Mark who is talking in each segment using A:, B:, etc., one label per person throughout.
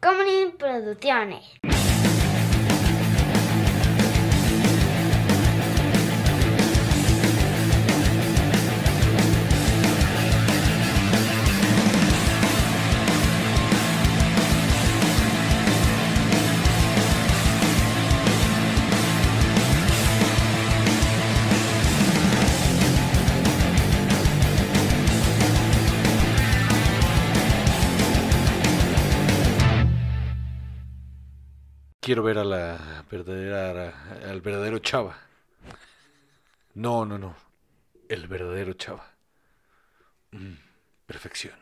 A: Comedy Producciones.
B: Quiero ver a la verdadera, al verdadero Chava. No, no, no. El verdadero Chava. Mm, perfección.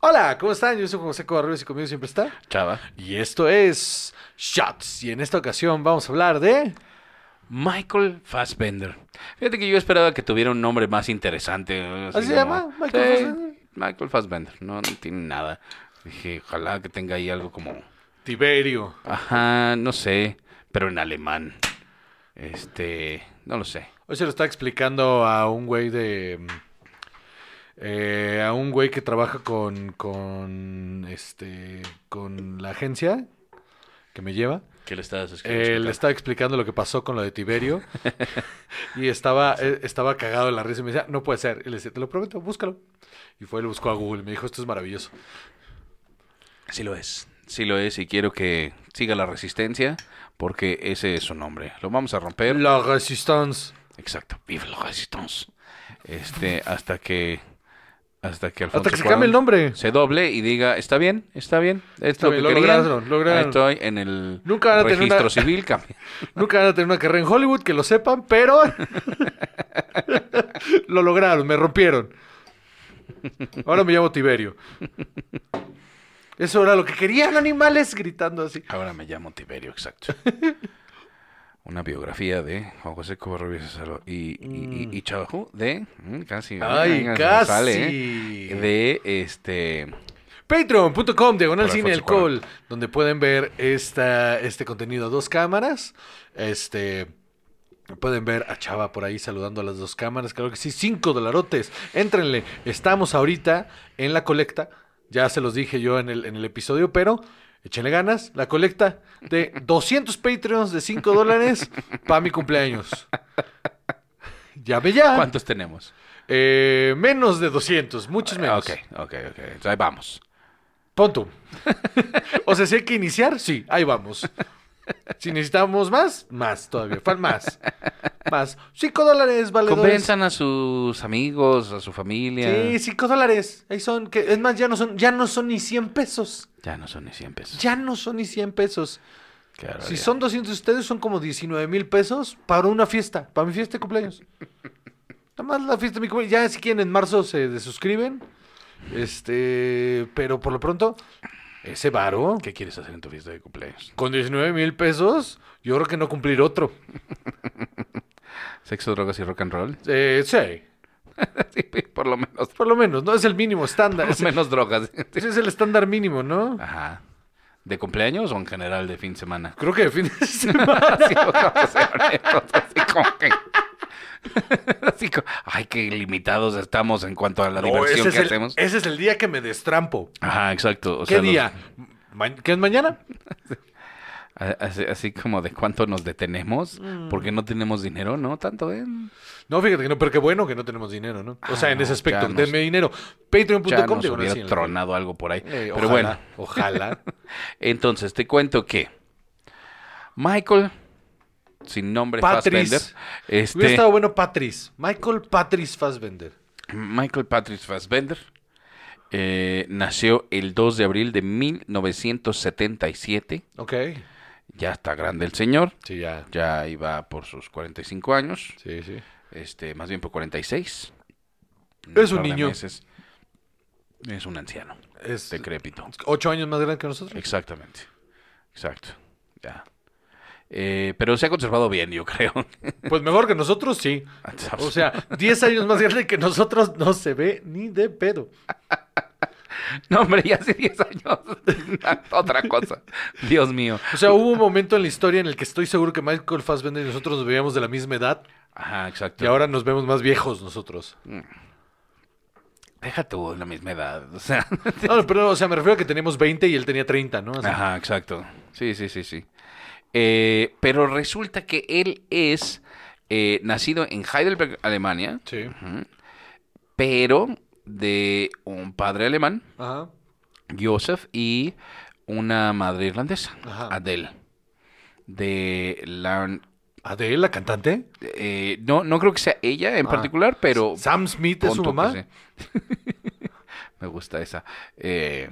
B: Hola, ¿cómo están? Yo soy José Covarrubias y conmigo siempre está.
C: Chava.
B: Y esto es Shots. Y en esta ocasión vamos a hablar de...
C: Michael Fassbender. Fíjate que yo esperaba que tuviera un nombre más interesante. ¿no?
B: ¿Así se
C: como-
B: llama? ¿Michael
C: Sí,
B: Fassbender?
C: Michael Fassbender. No, no tiene nada. Dije, ojalá que tenga ahí algo como...
B: Tiberio.
C: Ajá, no sé. Pero en alemán. Este... No lo sé.
B: Hoy se lo está explicando a un güey de... mm, eh, a un güey que trabaja con, con, este, con la agencia que me lleva.
C: ¿Qué le estás
B: Eh, le estaba explicando lo que pasó con lo de Tiberio y estaba, eh, estaba cagado de la risa y me decía, no puede ser. Y le decía, te lo prometo, búscalo. Y fue, lo buscó a Google y me dijo, esto es maravilloso.
C: Sí lo es. Sí lo es y quiero que siga la resistencia porque ese es su nombre. Lo vamos a romper.
B: La Resistance.
C: Exacto. Vive la resistance. Este, hasta que... Hasta que Alfonso
B: Hasta que se cambie el
C: Cuarón-
B: nombre.
C: se doble y diga, está bien, está bien, es
B: Está
C: lo
B: bien,
C: que
B: lo
C: querían,
B: lograron, lograron.
C: ahí estoy en el
B: Nunca van a tener
C: registro
B: una-
C: civil, cambia.
B: Nunca van a tener una carrera en Hollywood, que lo sepan, pero lo lograron, me rompieron. Ahora me llamo Tiberio. Eso era lo que querían animales gritando así.
C: Ahora me llamo Tiberio, exacto. Una biografía de Juan José Covarrubias Salo- y, y, y, y Chavajú de, mm, casi,
B: Ay,
C: venga,
B: casi.
C: eh, de este,
B: Patreon.com, diagonal
C: Por
B: cine
C: Alfonso
B: alcohol, donde pueden ver esta, este contenido a dos cámaras. Este. Pueden ver a Chava por ahí saludando a las dos cámaras. Claro que sí, cinco dolarotes. Éntrenle. Estamos ahorita en la colecta. Ya se los dije yo en el, en el episodio, pero échenle ganas. La colecta de 200 Patreons de 5 dólares para mi cumpleaños. Llame ya.
C: ¿cuántos tenemos?
B: Eh, menos de 200, muchos menos.
C: Ok, ok, ok, entonces ahí vamos.
B: Punto. o sea, si hay que iniciar, sí, ahí vamos. Si necesitamos más, más todavía. Fan más. Más. Cinco dólares, valedores.
C: Convenzan a sus amigos, a su familia.
B: Sí, cinco dólares. Ahí son. Que, es más, ya no son, ya no son ni 100 pesos.
C: Ya no son ni 100 pesos.
B: Ya no son ni 100 pesos.
C: Qué barbaridad.
B: Si son 200 ustedes, son como 19 mil pesos para una fiesta. Para mi fiesta de cumpleaños. Nada más la fiesta de mi cumpleaños. Ya si quieren en marzo se desuscriben. Este. Pero por lo pronto, ese varo.
C: ¿Qué quieres hacer en tu fiesta de cumpleaños?
B: Con 19 mil pesos, yo creo que no cumplir otro.
C: ¿Sexo, drogas y rock and roll?
B: Eh, sí,
C: Sí, por lo menos.
B: por lo menos, ¿no? Es el mínimo estándar. Es,
C: Por menos drogas.
B: es el estándar mínimo, ¿no?
C: Ajá. ¿De cumpleaños o en general de fin de semana?
B: Creo que de fin de semana.
C: Así, o sea, o sea, honestos, así como que... Así como- Ay, qué limitados estamos en cuanto a la
B: No,
C: diversión
B: ese, es
C: que
B: el,
C: hacemos.
B: ese es el día que me destrampo.
C: Ajá, exacto. o
B: ¿Qué
C: sea, los-
B: día? Ma- ¿Qué es mañana?
C: a- así, así como de cuánto nos detenemos, porque no tenemos dinero, ¿no? Tanto, ¿eh?
B: No, fíjate que no, pero qué bueno que no tenemos dinero, ¿no? O sea,
C: Ah,
B: en
C: no,
B: ese aspecto,
C: ya nos-
B: denme dinero.
C: Ya
B: Patreon.com
C: nos
B: digo, no,
C: hubiera
B: sí, en la-
C: tronado algo por ahí.
B: Eh,
C: Pero
B: ojalá,
C: bueno,
B: Ojalá.
C: Entonces, te cuento que Michael, sin nombre
B: Patrice.
C: Fassbender, este,
B: Hubiera estado bueno Patrice. Michael Patrice Fassbender.
C: Michael Patrice Fassbender eh, nació el 2 de abril de 1977.
B: Ok.
C: Ya está grande el señor,
B: Sí, ya.
C: ya iba por sus 45 años,
B: Sí, sí.
C: este, más bien por 46.
B: Es un
C: par de
B: niño.
C: meses. Es un anciano,
B: Es
C: decrépito.
B: ocho años más grande que nosotros.
C: Exactamente. Exacto. Ya. Eh, pero se ha conservado bien, yo creo.
B: Pues mejor que nosotros, sí. O sea, 10 años más grande que nosotros no se ve ni de pedo.
C: No, hombre, ya hace 10 años. Otra cosa. Dios mío.
B: O sea, hubo un momento en la historia en el que estoy seguro que Michael Fassbender y nosotros nos veíamos de la misma edad
C: Ajá, exacto.
B: y ahora nos vemos más viejos nosotros.
C: Deja tú la misma edad. O sea.
B: No, no, pero, o sea, me refiero a que tenemos 20 y él tenía 30, ¿no? O sea,
C: Ajá, exacto. Sí, sí, sí, sí. Eh, pero resulta que él es eh, nacido en Heidelberg, Alemania,
B: Sí.
C: pero de un padre alemán,
B: Ajá.
C: Joseph, y una madre irlandesa,
B: Ajá.
C: Adele. De la...
B: Adele, la cantante.
C: eh, no, no creo que sea ella en
B: Ah.
C: particular, pero...
B: Sam Smith es su
C: Pon tú
B: mamá.
C: que pues, sí. Me gusta esa, eh,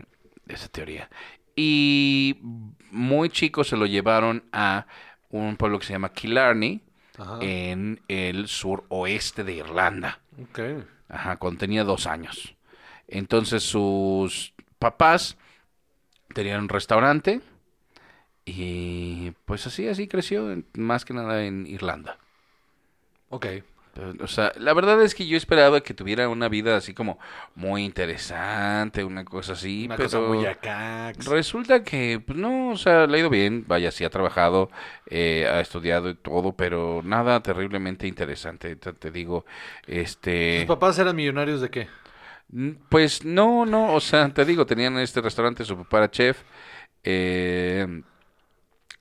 C: esa teoría. Y muy chico se lo llevaron a un pueblo que se llama Killarney,
B: Ajá.
C: en el suroeste de Irlanda.
B: Ok.
C: Ajá, cuando tenía dos años. Entonces sus papás tenían un restaurante y pues así, así creció, en- más que nada en Irlanda.
B: Ok.
C: Pero, O sea, la verdad es que yo esperaba que tuviera una vida así como muy interesante, una cosa así,
B: Una
C: pero
B: cosa muy acá.
C: resulta que pues, no, o sea, le ha ido bien, vaya, sí ha trabajado, eh, ha estudiado y todo, pero nada terriblemente interesante, te, te digo,
B: ¿Sus
C: este,
B: papás eran millonarios de qué?
C: n- pues no, no, o sea, te digo, tenían este restaurante, su papá era chef, eh,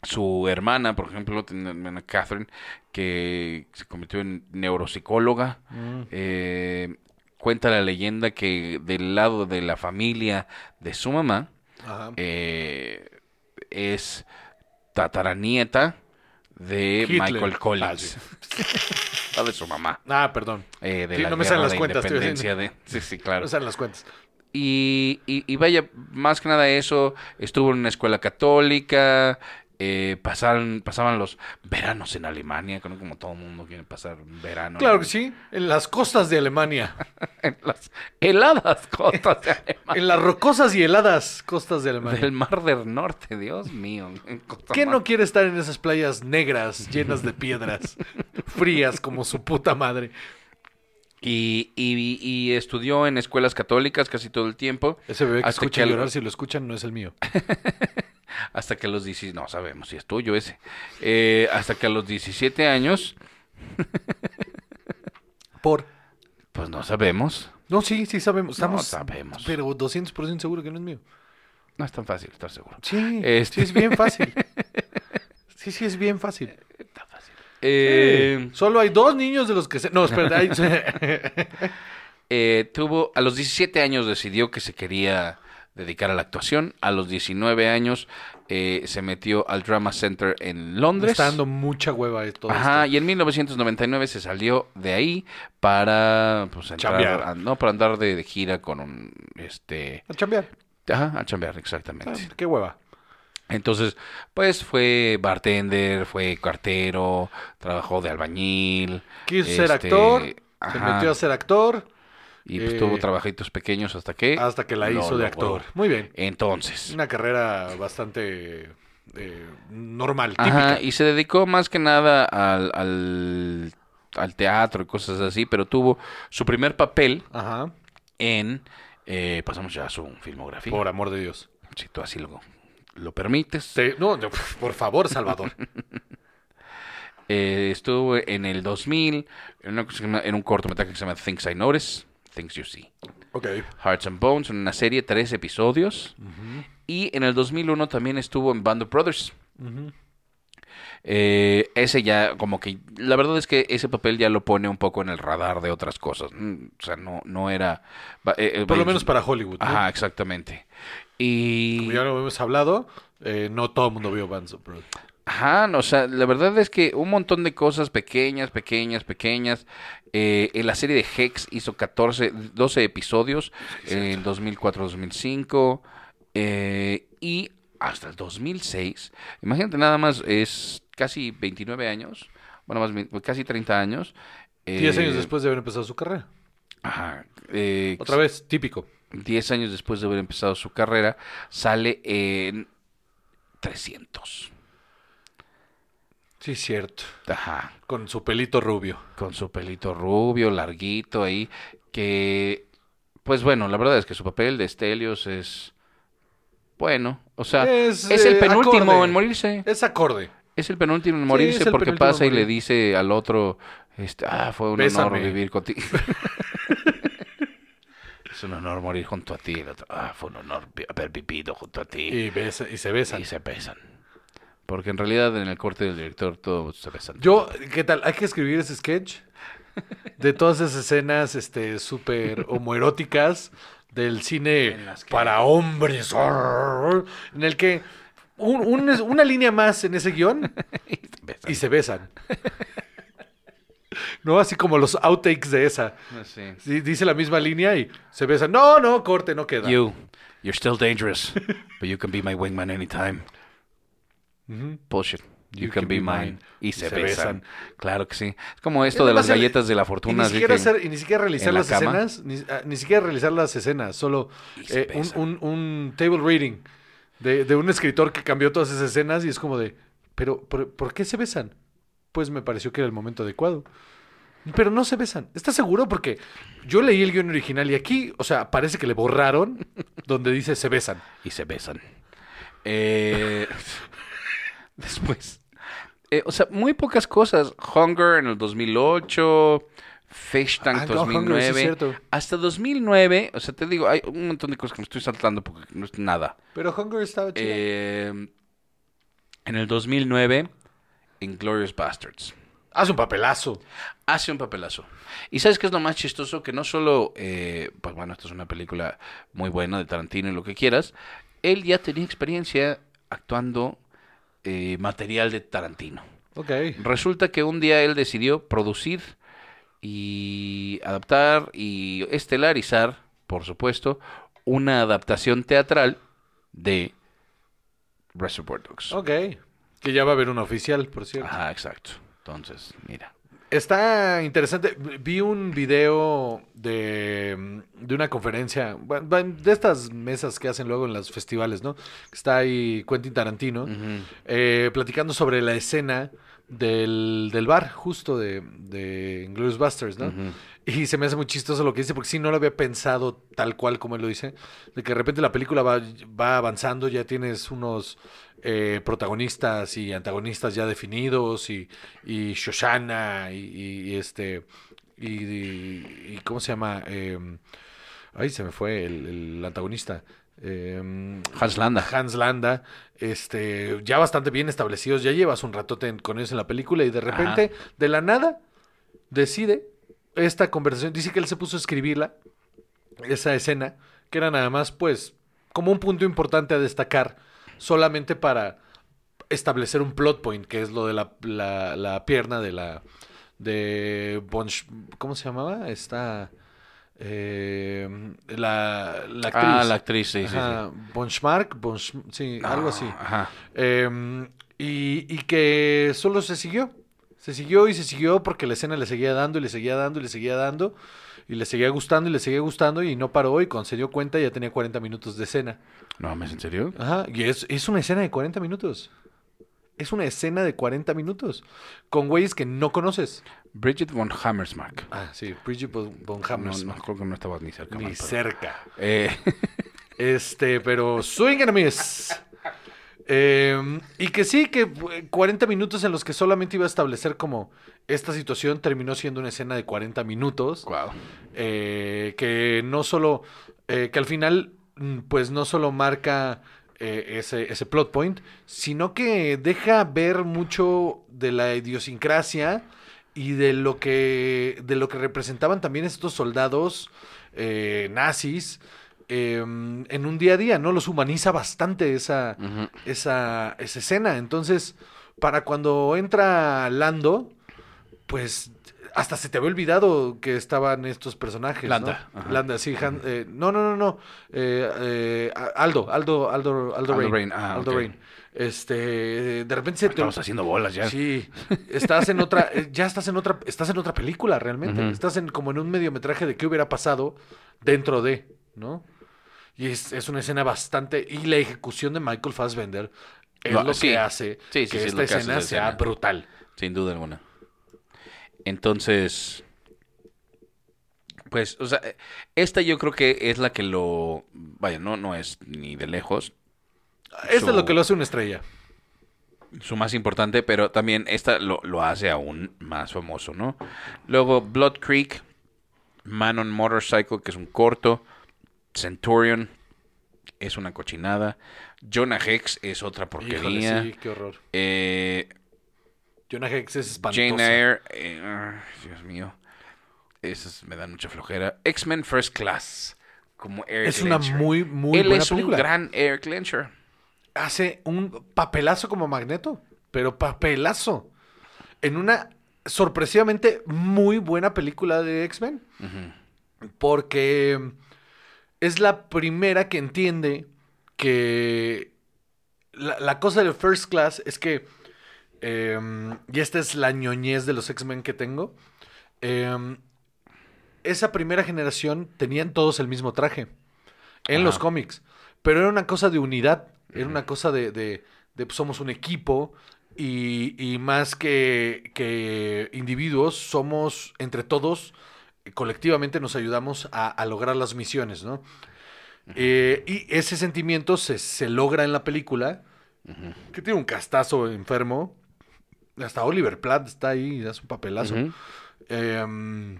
C: su hermana, por ejemplo, tenía una hermana Catherine, que se convirtió en neuropsicóloga. Eh, cuenta la leyenda que del lado de la familia de su mamá
B: Ajá.
C: eh, es tataranieta de
B: Hitler.
C: Michael
B: Ah,
C: Collins.
B: sí.
C: La de su mamá.
B: Ah, perdón.
C: eh, de
B: Sí,
C: la
B: no me
C: guerra
B: salen las
C: de
B: cuentas, estoy
C: independencia de... Sí, sí, claro.
B: No salen las cuentas.
C: Y, y- y vaya, más que nada eso, estuvo en una escuela católica, eh, pasaron, pasaban los veranos en Alemania, como, como todo el mundo quiere pasar un verano.
B: Claro
C: en-
B: que sí. En las costas de Alemania.
C: En las heladas costas de Alemania.
B: En las rocosas y heladas costas de Alemania.
C: Del Mar del Norte, Dios mío.
B: ¿Quién no quiere estar en esas playas negras, llenas de piedras, frías como su puta madre?
C: Y, y- y estudió en escuelas católicas casi todo el tiempo,
B: Ese bebé que
C: Hasta
B: escucha
C: que-
B: llorar, si lo escuchan, no es el mío.
C: hasta que a los 17, no sabemos si es tuyo ese, Eh, hasta que a los 17 años,
B: Por.
C: pues no sabemos.
B: No, sí, sí sabemos.
C: No
B: Estamos,
C: sabemos.
B: Pero 200% seguro que no es mío.
C: No es tan fácil estar seguro.
B: Sí,
C: Este-
B: sí es bien fácil. Sí, sí es bien fácil.
C: Eh,
B: Solo hay dos niños de los que se... No, espera. hay-
C: eh, tuvo, a los 17 años decidió que se quería dedicar a la actuación, a los 19 años eh, se metió al Drama Center en
B: Me
C: Londres.
B: está dando mucha hueva todo
C: Ajá,
B: esto.
C: y en 1999 se salió de ahí para pues entrar
B: Chambear.
C: a- no para andar de, de gira con un este
B: A chambear.
C: ajá, a chambear
B: Ah,
C: exactamente.
B: qué hueva.
C: Entonces, pues fue bartender, fue cartero, trabajó de albañil,
B: Quiso ser
C: este,
B: actor. Se
C: ajá,
B: metió a ser actor
C: y pues
B: eh,
C: tuvo trabajitos pequeños hasta que
B: hasta que la
C: lo
B: hizo de
C: logró.
B: actor. Muy bien.
C: Entonces,
B: Una carrera bastante eh, normal, típica.
C: Ajá, y se dedicó más que nada al, al, al teatro y cosas así, pero tuvo su primer papel
B: Ajá.
C: en. eh, pasamos ya a su filmografía.
B: Por amor de Dios.
C: Si tú así lo, lo permites.
B: Te- no, no, por favor, Salvador.
C: Eh, estuvo en el 2000 en, una cosa que se llama- en un cortometraje que se llama Things I Notice, Things You See.
B: ok.
C: Hearts and Bones, en una serie, tres episodios.
B: Mm.
C: Y en el 2001 también estuvo en Band of Brothers. Eh, ese ya, como que, la verdad es que ese papel ya lo pone un poco en el radar de otras cosas. Mm, O sea, no, no era... va- eh, eh,
B: Por lo
C: vaya,
B: menos para Hollywood. ¿no?
C: Ajá, exactamente. Y...
B: Como ya lo hemos hablado, eh, no todo el mundo vio Bands of Brothers.
C: Ajá, no, o sea, la verdad es que un montón de cosas pequeñas, pequeñas, pequeñas. Eh, en la serie de Hex hizo 14, 12 episodios eh, en 2004-2005 eh, y hasta el 2006. Imagínate nada más, es casi 29 años, bueno, más bien, casi 30 años. eh,
B: Diez años después de haber empezado su carrera.
C: Ajá. eh,
B: Otra vez, típico.
C: 10 años después de haber empezado su carrera, sale en 300.
B: Sí, cierto.
C: Ajá.
B: Con su pelito rubio.
C: con su pelito rubio, larguito ahí, que pues bueno, la verdad es que su papel de Stelios es bueno, o sea,
B: Es,
C: es, el
B: eh,
C: penúltimo
B: acorde.
C: en morirse,
B: Es acorde.
C: es el penúltimo en
B: Sí,
C: morirse
B: es el
C: porque
B: penúltimo en
C: pasa y le
B: morir.
C: dice al otro, este, ah, fue un honor
B: Bésame.
C: vivir contigo. Es un honor morir junto a ti. El otro, ah, fue un honor vi- haber vivido junto a ti.
B: Y, besa- y se besan.
C: Y se besan. Porque en realidad en el corte del director todos se besan.
B: Yo, ¿qué tal? Hay que escribir ese sketch de todas esas escenas este súper homoeróticas del cine
C: En las que-
B: para hombres. arr, En el que un- un- es- una línea más en ese guión
C: Y se besan.
B: y se besan. No así como los outtakes de esa.
C: Ah, Sí.
B: Sí, Dice la misma línea y se besan. No, no, corte, no queda.
C: You, you're still dangerous, but you can be my wingman anytime.
B: Ujú.
C: Bullshit. You, can, be, mine. Y se,
B: se
C: besan.
B: besan.
C: Claro que sí. Es como esto
B: Y
C: de las
B: además el-
C: galletas de la
B: Y ni
C: fortuna. así
B: siquiera,
C: que-
B: hacer- y ni siquiera realizar
C: en la
B: las
C: cama.
B: escenas, ni, ah, ni siquiera realizar las escenas, solo
C: Y se
B: eh, un-
C: besan.
B: un, un table reading de, de un escritor que cambió todas esas escenas y es como de, pero ¿por, por qué se besan? Pues me pareció que era el momento adecuado. Pero no se besan. ¿Estás seguro? Porque yo leí el guión original y aquí, o sea, parece que le borraron donde dice se besan.
C: y se besan. Eh, después. eh, o sea, muy pocas cosas. Hunger en el 2008. Fish Tank
B: Ah, no, Hunger, sí es
C: 2009.
B: cierto.
C: hasta 2009. O sea, te digo, hay un montón de cosas que me estoy saltando porque no es nada.
B: Pero Hunger estaba chido.
C: Eh, en el 2009, Inglorious Bastards.
B: Haz un papelazo.
C: Hace un papelazo. Y sabes qué es lo más chistoso? Que no solo, eh, pues bueno, esto es una película muy buena de Tarantino y lo que quieras, él ya tenía experiencia actuando eh, material de Tarantino.
B: Ok.
C: Resulta que un día él decidió producir y adaptar y estelarizar, por supuesto, una adaptación teatral de Reservoir Dogs.
B: Ok. Que ya va a haber un oficial, por cierto.
C: Ajá, exacto. Entonces, mira.
B: Está interesante. Vi un video de, de una conferencia, bueno, de estas mesas que hacen luego en los festivales, ¿no? Está ahí Quentin Tarantino,
C: Ujú.
B: eh, platicando sobre la escena del, del bar, justo de, de Inglourious Basterds, ¿no?
C: Ujú.
B: Y se me hace muy chistoso lo que dice, porque sí, no lo había pensado tal cual como él lo dice, de que de repente la película va, va avanzando, ya tienes unos eh, protagonistas y antagonistas ya definidos, y, y Shoshana, y, y- y este, y, y- y ¿cómo se llama? Eh, ay, se me fue el, el antagonista. Eh,
C: Hans Landa.
B: Hans Landa, este, ya bastante bien establecidos, ya llevas un ratote en- con ellos en la película y de repente, de la nada, decide esta conversación. Dice que él se puso a escribirla, esa escena, que era nada más, pues, como un punto importante a destacar, solamente para establecer un plot point, que es lo de la, la- la pierna de la. de. Von Sch- ¿Cómo se llamaba? Esta. eh, la, la actriz.
C: Ah, la actriz, sí, Ah. sí, sí.
B: Ajá, Von Schmark, Von Schm- sí, algo así.
C: Ajá.
B: Eh, y, y que solo se siguió. Se siguió y se siguió porque la escena le seguía dando y le seguía dando y le seguía dando. Y le seguía gustando y le seguía gustando y no paró y cuando se dio cuenta ya tenía 40 minutos de escena.
C: No mames, ¿en serio?
B: Ajá, y es, es una escena de 40 minutos. Es una escena de 40 minutos con güeyes que no conoces.
C: Bridget von Hammersmark.
B: Ah, sí, Bridget von von
C: No,
B: Hammersmark.
C: no, creo que no estaba ni cerca.
B: Ni
C: mal, pero-
B: cerca.
C: Eh,
B: Este, pero swing and a miss. Eh, y que sí, que eh, 40 minutos en los que solamente iba a establecer como esta situación terminó siendo una escena de 40 minutos.
C: wow.
B: eh, que no solo, eh, que al final, mm, pues no solo marca eh, ese, ese plot point, sino que deja ver mucho de la idiosincrasia y de lo que, de lo que representaban también estos soldados eh, nazis eh, en un día a día, ¿no? Los humaniza bastante esa,
C: Ujú.
B: esa, esa escena. Entonces, para cuando entra Lando, pues hasta se te había olvidado que estaban estos personajes.
C: Landa,
B: ¿no?
C: ajá.
B: Landa, sí. Han- eh, no, no, no, no. Eh, eh, a- Aldo, Aldo, Aldo, Aldo
C: Aldo
B: Rain.
C: Rain, ah,
B: Aldo
C: ok.
B: Rain. Este, de repente se te,
C: Estamos haciendo bolas ya.
B: Sí, estás en otra, eh, ya estás en otra, estás en otra película realmente.
C: Ujú.
B: Estás en como en un mediometraje de qué hubiera pasado dentro de, ¿no? Y es, es una escena bastante y la ejecución de Michael Fassbender es
C: Lo-
B: lo,
C: sí.
B: que hace
C: Sí, sí,
B: que
C: sí, es
B: esta
C: lo que hace
B: escena
C: esa
B: sea
C: escena.
B: brutal.
C: Sin duda alguna. Entonces, pues, o sea, eh, esta yo creo que es la que lo... Vaya, no, no es ni de lejos
B: Esto es
C: Su-
B: lo que lo hace una estrella.
C: su más importante, pero también esta lo, lo hace aún más famoso, ¿no? Luego Blood Creek, Man on Motorcycle, que es un corto, Centurion es una cochinada. Jonah Hex es otra
B: Híjole,
C: porquería.
B: sí, qué horror.
C: Eh,
B: Jonah Hex es espantosa.
C: Jane Eyre, eh, ah, Dios mío. Esas me dan mucha flojera. X-Men First Class. Como Eric
B: Es una
C: Lencher.
B: muy, muy
C: Él
B: buena
C: es
B: película.
C: un gran Eric Lencher.
B: Hace un papelazo como Magneto, pero papelazo. En una sorpresivamente muy buena película de X-Men. Porque es la primera que entiende que la, la cosa del First Class es que, em, y esta es la ñoñez de los X-Men que tengo, em, esa primera generación tenían todos el mismo traje en
C: Ajá.
B: los cómics, pero era una cosa de unidad, era una cosa de, de- de, pues, somos un equipo y, y más que, que individuos, somos entre todos, colectivamente nos ayudamos a, a lograr las misiones, ¿no? Eh, y ese sentimiento se, se logra en la película, que tiene un castazo enfermo. Hasta Oliver Platt está ahí y hace un papelazo.
C: Ujú.
B: Em,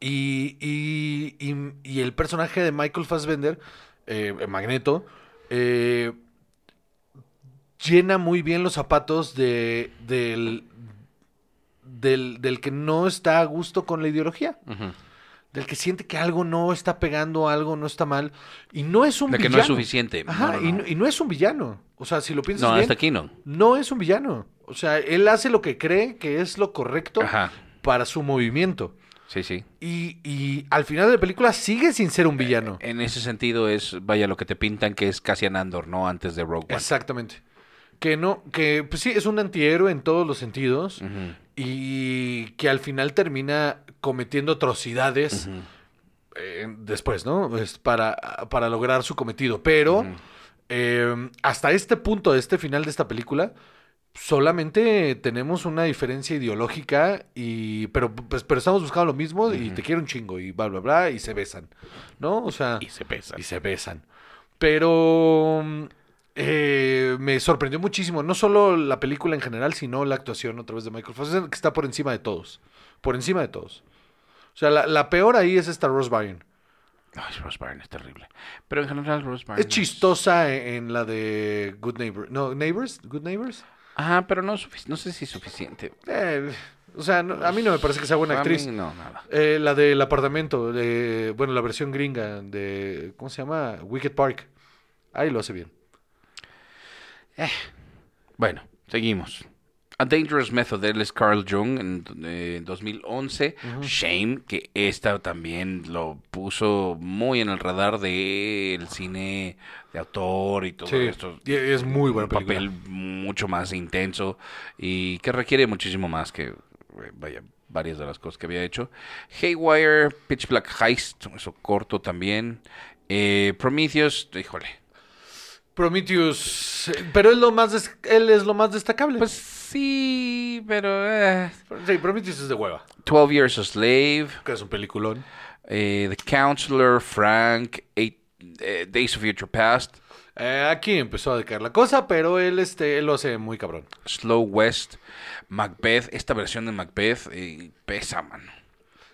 B: y, y- y- y el personaje de Michael Fassbender, eh, Magneto, eh, llena muy bien los zapatos de, del, del, del que no está a gusto con la ideología.
C: Ujú.
B: Del que siente que algo no está pegando, algo no está mal. Y no es un
C: De que
B: villano.
C: no es suficiente.
B: Ajá,
C: no, no,
B: y
C: no.
B: no- Y, no es un villano. O sea, si lo piensas
C: No,
B: bien,
C: hasta aquí no.
B: no es un villano. O sea, él hace lo que cree que es lo correcto
C: Ajá.
B: para su movimiento.
C: Sí, sí.
B: Y, y al final de la película sigue sin ser
C: Eh,
B: un villano.
C: En ese sentido es, vaya, lo que te pintan que es Cassian Andor, ¿no? Antes de Rogue One.
B: Exactamente. Que no, que pues sí, es un antihéroe en todos los sentidos.
C: Ujú,
B: Y que al final termina cometiendo atrocidades
C: ujú.
B: eh, después, ¿no? Es para, para lograr su cometido. Pero
C: Ujú.
B: eh, hasta este punto, este final de esta película, solamente tenemos una diferencia ideológica, y pero, pues, pero estamos buscando lo mismo y te quiero un chingo y bla, bla, bla, y se besan, ¿no? O sea...
C: Y se pesan.
B: Y se besan. Pero mm, eh, me sorprendió muchísimo, no solo la película en general, sino la actuación otra vez de Michael Fassbender, que está por encima de todos. Por encima de todos. O sea, la, la peor ahí es esta Rose Byrne.
C: Ay, Rose Byrne es terrible. Pero en general Rose Byrne...
B: Es chistosa en, en la de Good Neighbors. No, Neighbors, Good Neighbors.
C: Ajá, pero no, es sufic- no sé si es suficiente.
B: Eh, o sea, no- a mí no me parece que sea buena
C: A
B: actriz.
C: mí no, nada.
B: Eh, la del apartamento, de, bueno, la versión gringa de, ¿cómo se llama? Wicked Park. Ahí lo hace bien.
C: Bueno, seguimos. A Dangerous Method, él es Carl Jung en eh, 2011. Shame, que esta también lo puso muy en el radar del cine de autor y todo
B: Sí,
C: esto.
B: y es muy buena
C: Un papel
B: película.
C: mucho más intenso y que requiere muchísimo más que, eh, vaya, varias de las cosas que había hecho. Haywire, Pitch Black Heist, eso corto también. Eh, Prometheus, híjole.
B: Prometheus, eh, pero es lo más des- él es lo más destacable.
C: Pues sí, pero... eh,
B: sí, Prometheus es de hueva,
C: 12 Years a Slave,
B: que es un peliculón.
C: eh, The Counselor, Frank, Eight, eh, Days of Future Past,
B: Eh, aquí empezó a decaer la cosa, pero él este él lo hace muy cabrón.
C: Slow West, Macbeth. Esta versión de Macbeth eh, pesa, mano.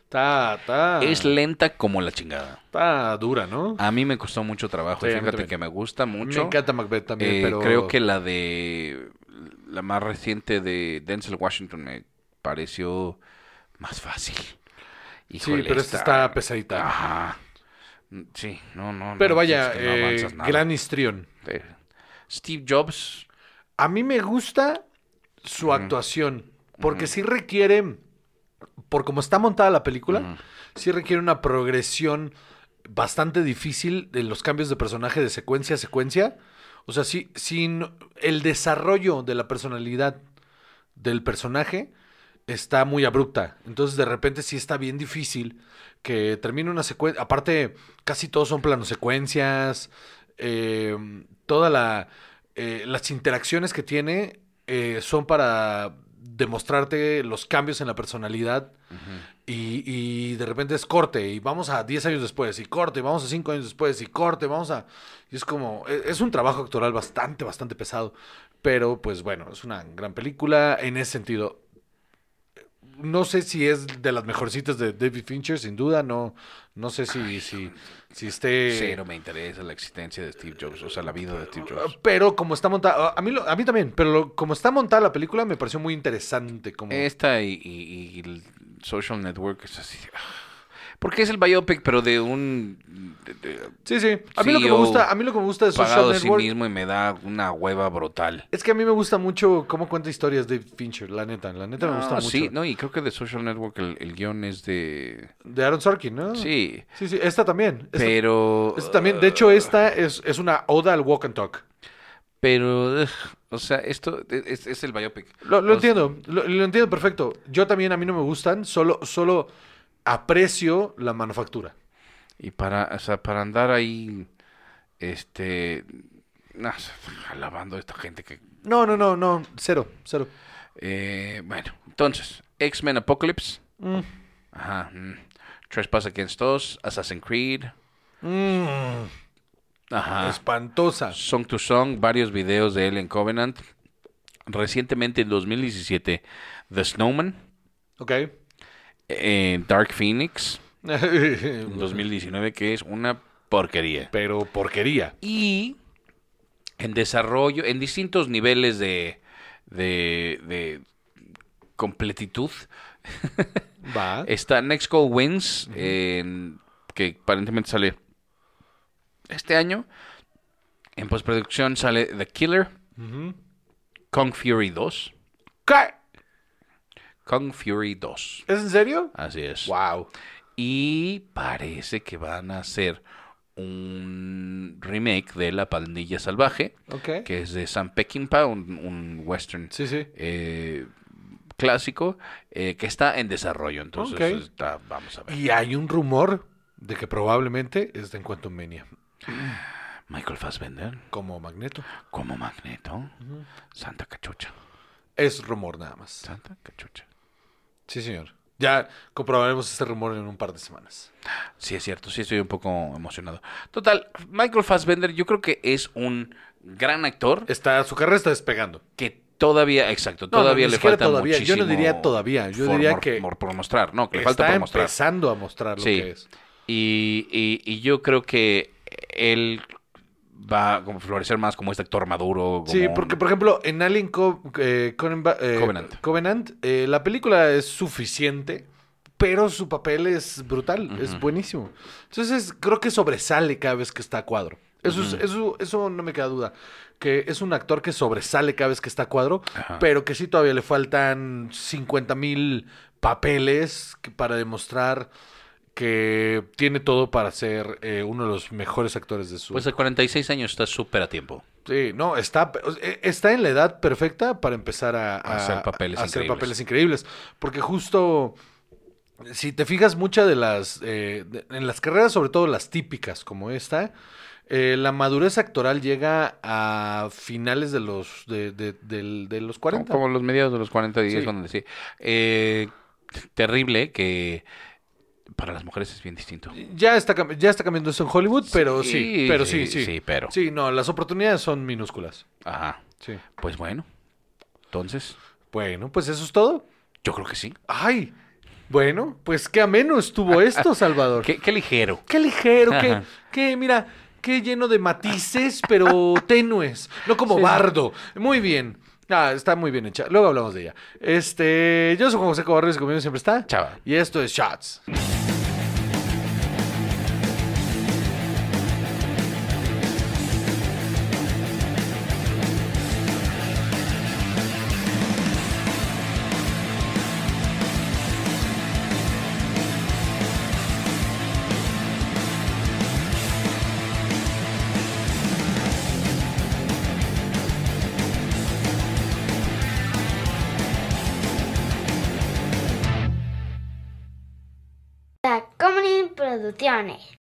B: Está está
C: Es lenta como la chingada.
B: está dura, ¿no?
C: A mí me costó mucho trabajo. y
B: Sí, a mí
C: fíjate
B: también.
C: que me gusta mucho.
B: Me encanta Macbeth también,
C: Eh,
B: pero
C: Creo que la de. La más reciente de Denzel Washington me pareció más fácil. Híjole,
B: sí, pero esta está pesadita.
C: Ajá. Mm, Sí, no, no.
B: Pero
C: no,
B: vaya,
C: es que no
B: eh,
C: avanzas nada.
B: gran histrión.
C: Eh, Steve Jobs.
B: A mí me gusta su actuación, porque sí requiere, por como está montada la película, sí requiere una progresión bastante difícil en los cambios de personaje de secuencia a secuencia. O sea, sí, sin el desarrollo de la personalidad del personaje está muy abrupta. Entonces, de repente sí está bien difícil que termine una secuencia. Aparte, casi todos son planos secuencias. eh, toda la. eh, las interacciones que tiene eh, son para demostrarte los cambios en la personalidad. Y, y de repente es corte y vamos a 10 años después y corte, y vamos a 5 años después y corte, vamos a... Y es como, e- es un trabajo actoral bastante, bastante pesado, pero pues bueno, es una gran película en ese sentido. no sé si es de las mejorcitas de David Fincher, sin duda, no, no sé si, si, si esté...
C: Cero me interesa la existencia de Steve Jobs, o sea, la vida de Steve Jobs.
B: Pero como está montada, a mí, lo- a mí también, pero lo- como está montada la película me pareció muy interesante. Como,
C: Esta y, y- y el Social Network es así. ah. Porque es el biopic, pero de un de- de-
B: sí, sí. A mí, lo que me
C: CEO
B: gusta, a mí lo que me gusta de Social
C: pagado de sí
B: Network
C: mismo y me da una hueva brutal.
B: es que a mí me gusta mucho cómo cuenta historias David Fincher, la neta. La neta me gusta
C: No,
B: mucho.
C: sí, no, y creo que de Social Network el, el guión es de...
B: De Aaron Sorkin, ¿no?
C: Sí,
B: Sí, sí, esta también. Ah. Esta,
C: pero...
B: esta también. De hecho, esta es, es una oda al walk and talk.
C: Pero, ugh, o sea, esto e, es, es el biopic.
B: Lo, lo
C: O sea,
B: entiendo, lo, lo entiendo perfecto. Yo también, a mí no me gustan, solo, solo aprecio la manufactura.
C: Y para, o sea, para andar ahí, este, nah, alabando a esta gente que...
B: No, no, no, no, cero, cero.
C: eh, bueno, entonces, X-Men Apocalypse.
B: Mm.
C: Ajá. mm, Trespass Against Us, Assassin's Creed.
B: Mm, Ah.
C: Ajá.
B: Espantosa.
C: Song to Song, varios videos de él en Covenant. Recientemente, en 2017, The Snowman.
B: Ok.
C: eh, Dark Phoenix. En 2019, que es una porquería.
B: Pero porquería.
C: y en desarrollo, en distintos niveles de, de, de completitud,
B: Va.
C: está Next Call Wins, en- que aparentemente sale este año. En postproducción sale The Killer,
B: Ujú.
C: Kong Fury 2.
B: ¿Qué?
C: Kong Fury 2.
B: ¿Es en serio?
C: Así es.
B: Wow.
C: Y parece que van a hacer un remake de La Pandilla Salvaje,
B: Ok.
C: que es de Sam Peckinpah, un, un western
B: Sí, sí.
C: eh, clásico eh, que está en desarrollo. Entonces,
B: Ok.
C: está- vamos a ver.
B: Y hay un rumor de que probablemente es de Quantum Mania,
C: Michael Fassbender
B: como Magneto.
C: como Magneto. Santa Cachucha.
B: Es rumor nada más.
C: Santa Cachucha.
B: Sí, señor. Ya comprobaremos este rumor en un par de semanas.
C: Sí, es cierto. Sí, estoy un poco emocionado. Total, Michael Fassbender yo creo que es un gran actor
B: Está, su carrera está despegando.
C: que todavía, exacto,
B: No, no,
C: todavía
B: ni
C: le
B: siquiera
C: falta
B: todavía. Yo
C: muchísimo.
B: no diría todavía, yo
C: por-
B: diría
C: por-
B: que
C: por, por mostrar, no, que le falta
B: está
C: por mostrar.
B: empezando a mostrar lo
C: Sí.
B: que es.
C: Y, y- y yo creo que él va a como florecer más como este actor maduro.
B: Sí,
C: como-
B: porque por ejemplo en Alien Co- eh, Conenba- eh,
C: Covenant.
B: eh, la película es suficiente, pero su papel es brutal, es
C: Ujú.
B: buenísimo. Entonces creo que sobresale cada vez que está a cuadro. Eso, es- eso, eso no me queda duda. Que es un actor que sobresale cada vez que está a cuadro,
C: Ajá.
B: pero que sí todavía le faltan 50 mil papeles que- para demostrar que tiene todo para ser eh, uno de los mejores actores de su
C: Pues a 46 años está súper a tiempo.
B: Sí, no, está, o sea, está en la edad perfecta para empezar a, a-
C: Hacer papeles
B: a hacer
C: increíbles.
B: papeles increíbles. Porque justo, si te fijas, muchas de las, eh, de- en las carreras, sobre todo las típicas como esta, eh, la madurez actoral llega a finales de los, de, de- del- de los 40.
C: Como los mediados de los 40 días,
B: Sí.
C: donde sí. Eh, terrible que para las mujeres es bien distinto.
B: Ya está, cam- ya está cambiando eso en Hollywood, pero sí, pero sí, sí.
C: Sí, pero.
B: Sí, no, las oportunidades son minúsculas.
C: Ajá.
B: Sí.
C: Pues bueno. Entonces,
B: Bueno, pues eso es todo.
C: yo creo que sí.
B: Ay, bueno, pues qué ameno estuvo esto, Salvador.
C: Qué, qué ligero.
B: Qué ligero, qué,
C: Ajá.
B: qué, mira, qué lleno de matices, pero tenues. No como
C: Sí.
B: bardo. Muy bien. Ah, está muy bien hecha. Luego hablamos de ella. Este, yo soy Juan José Cobarrubias, conmigo siempre está.
C: Chava.
B: Y esto es Shots.
A: Tacomunin Producciones.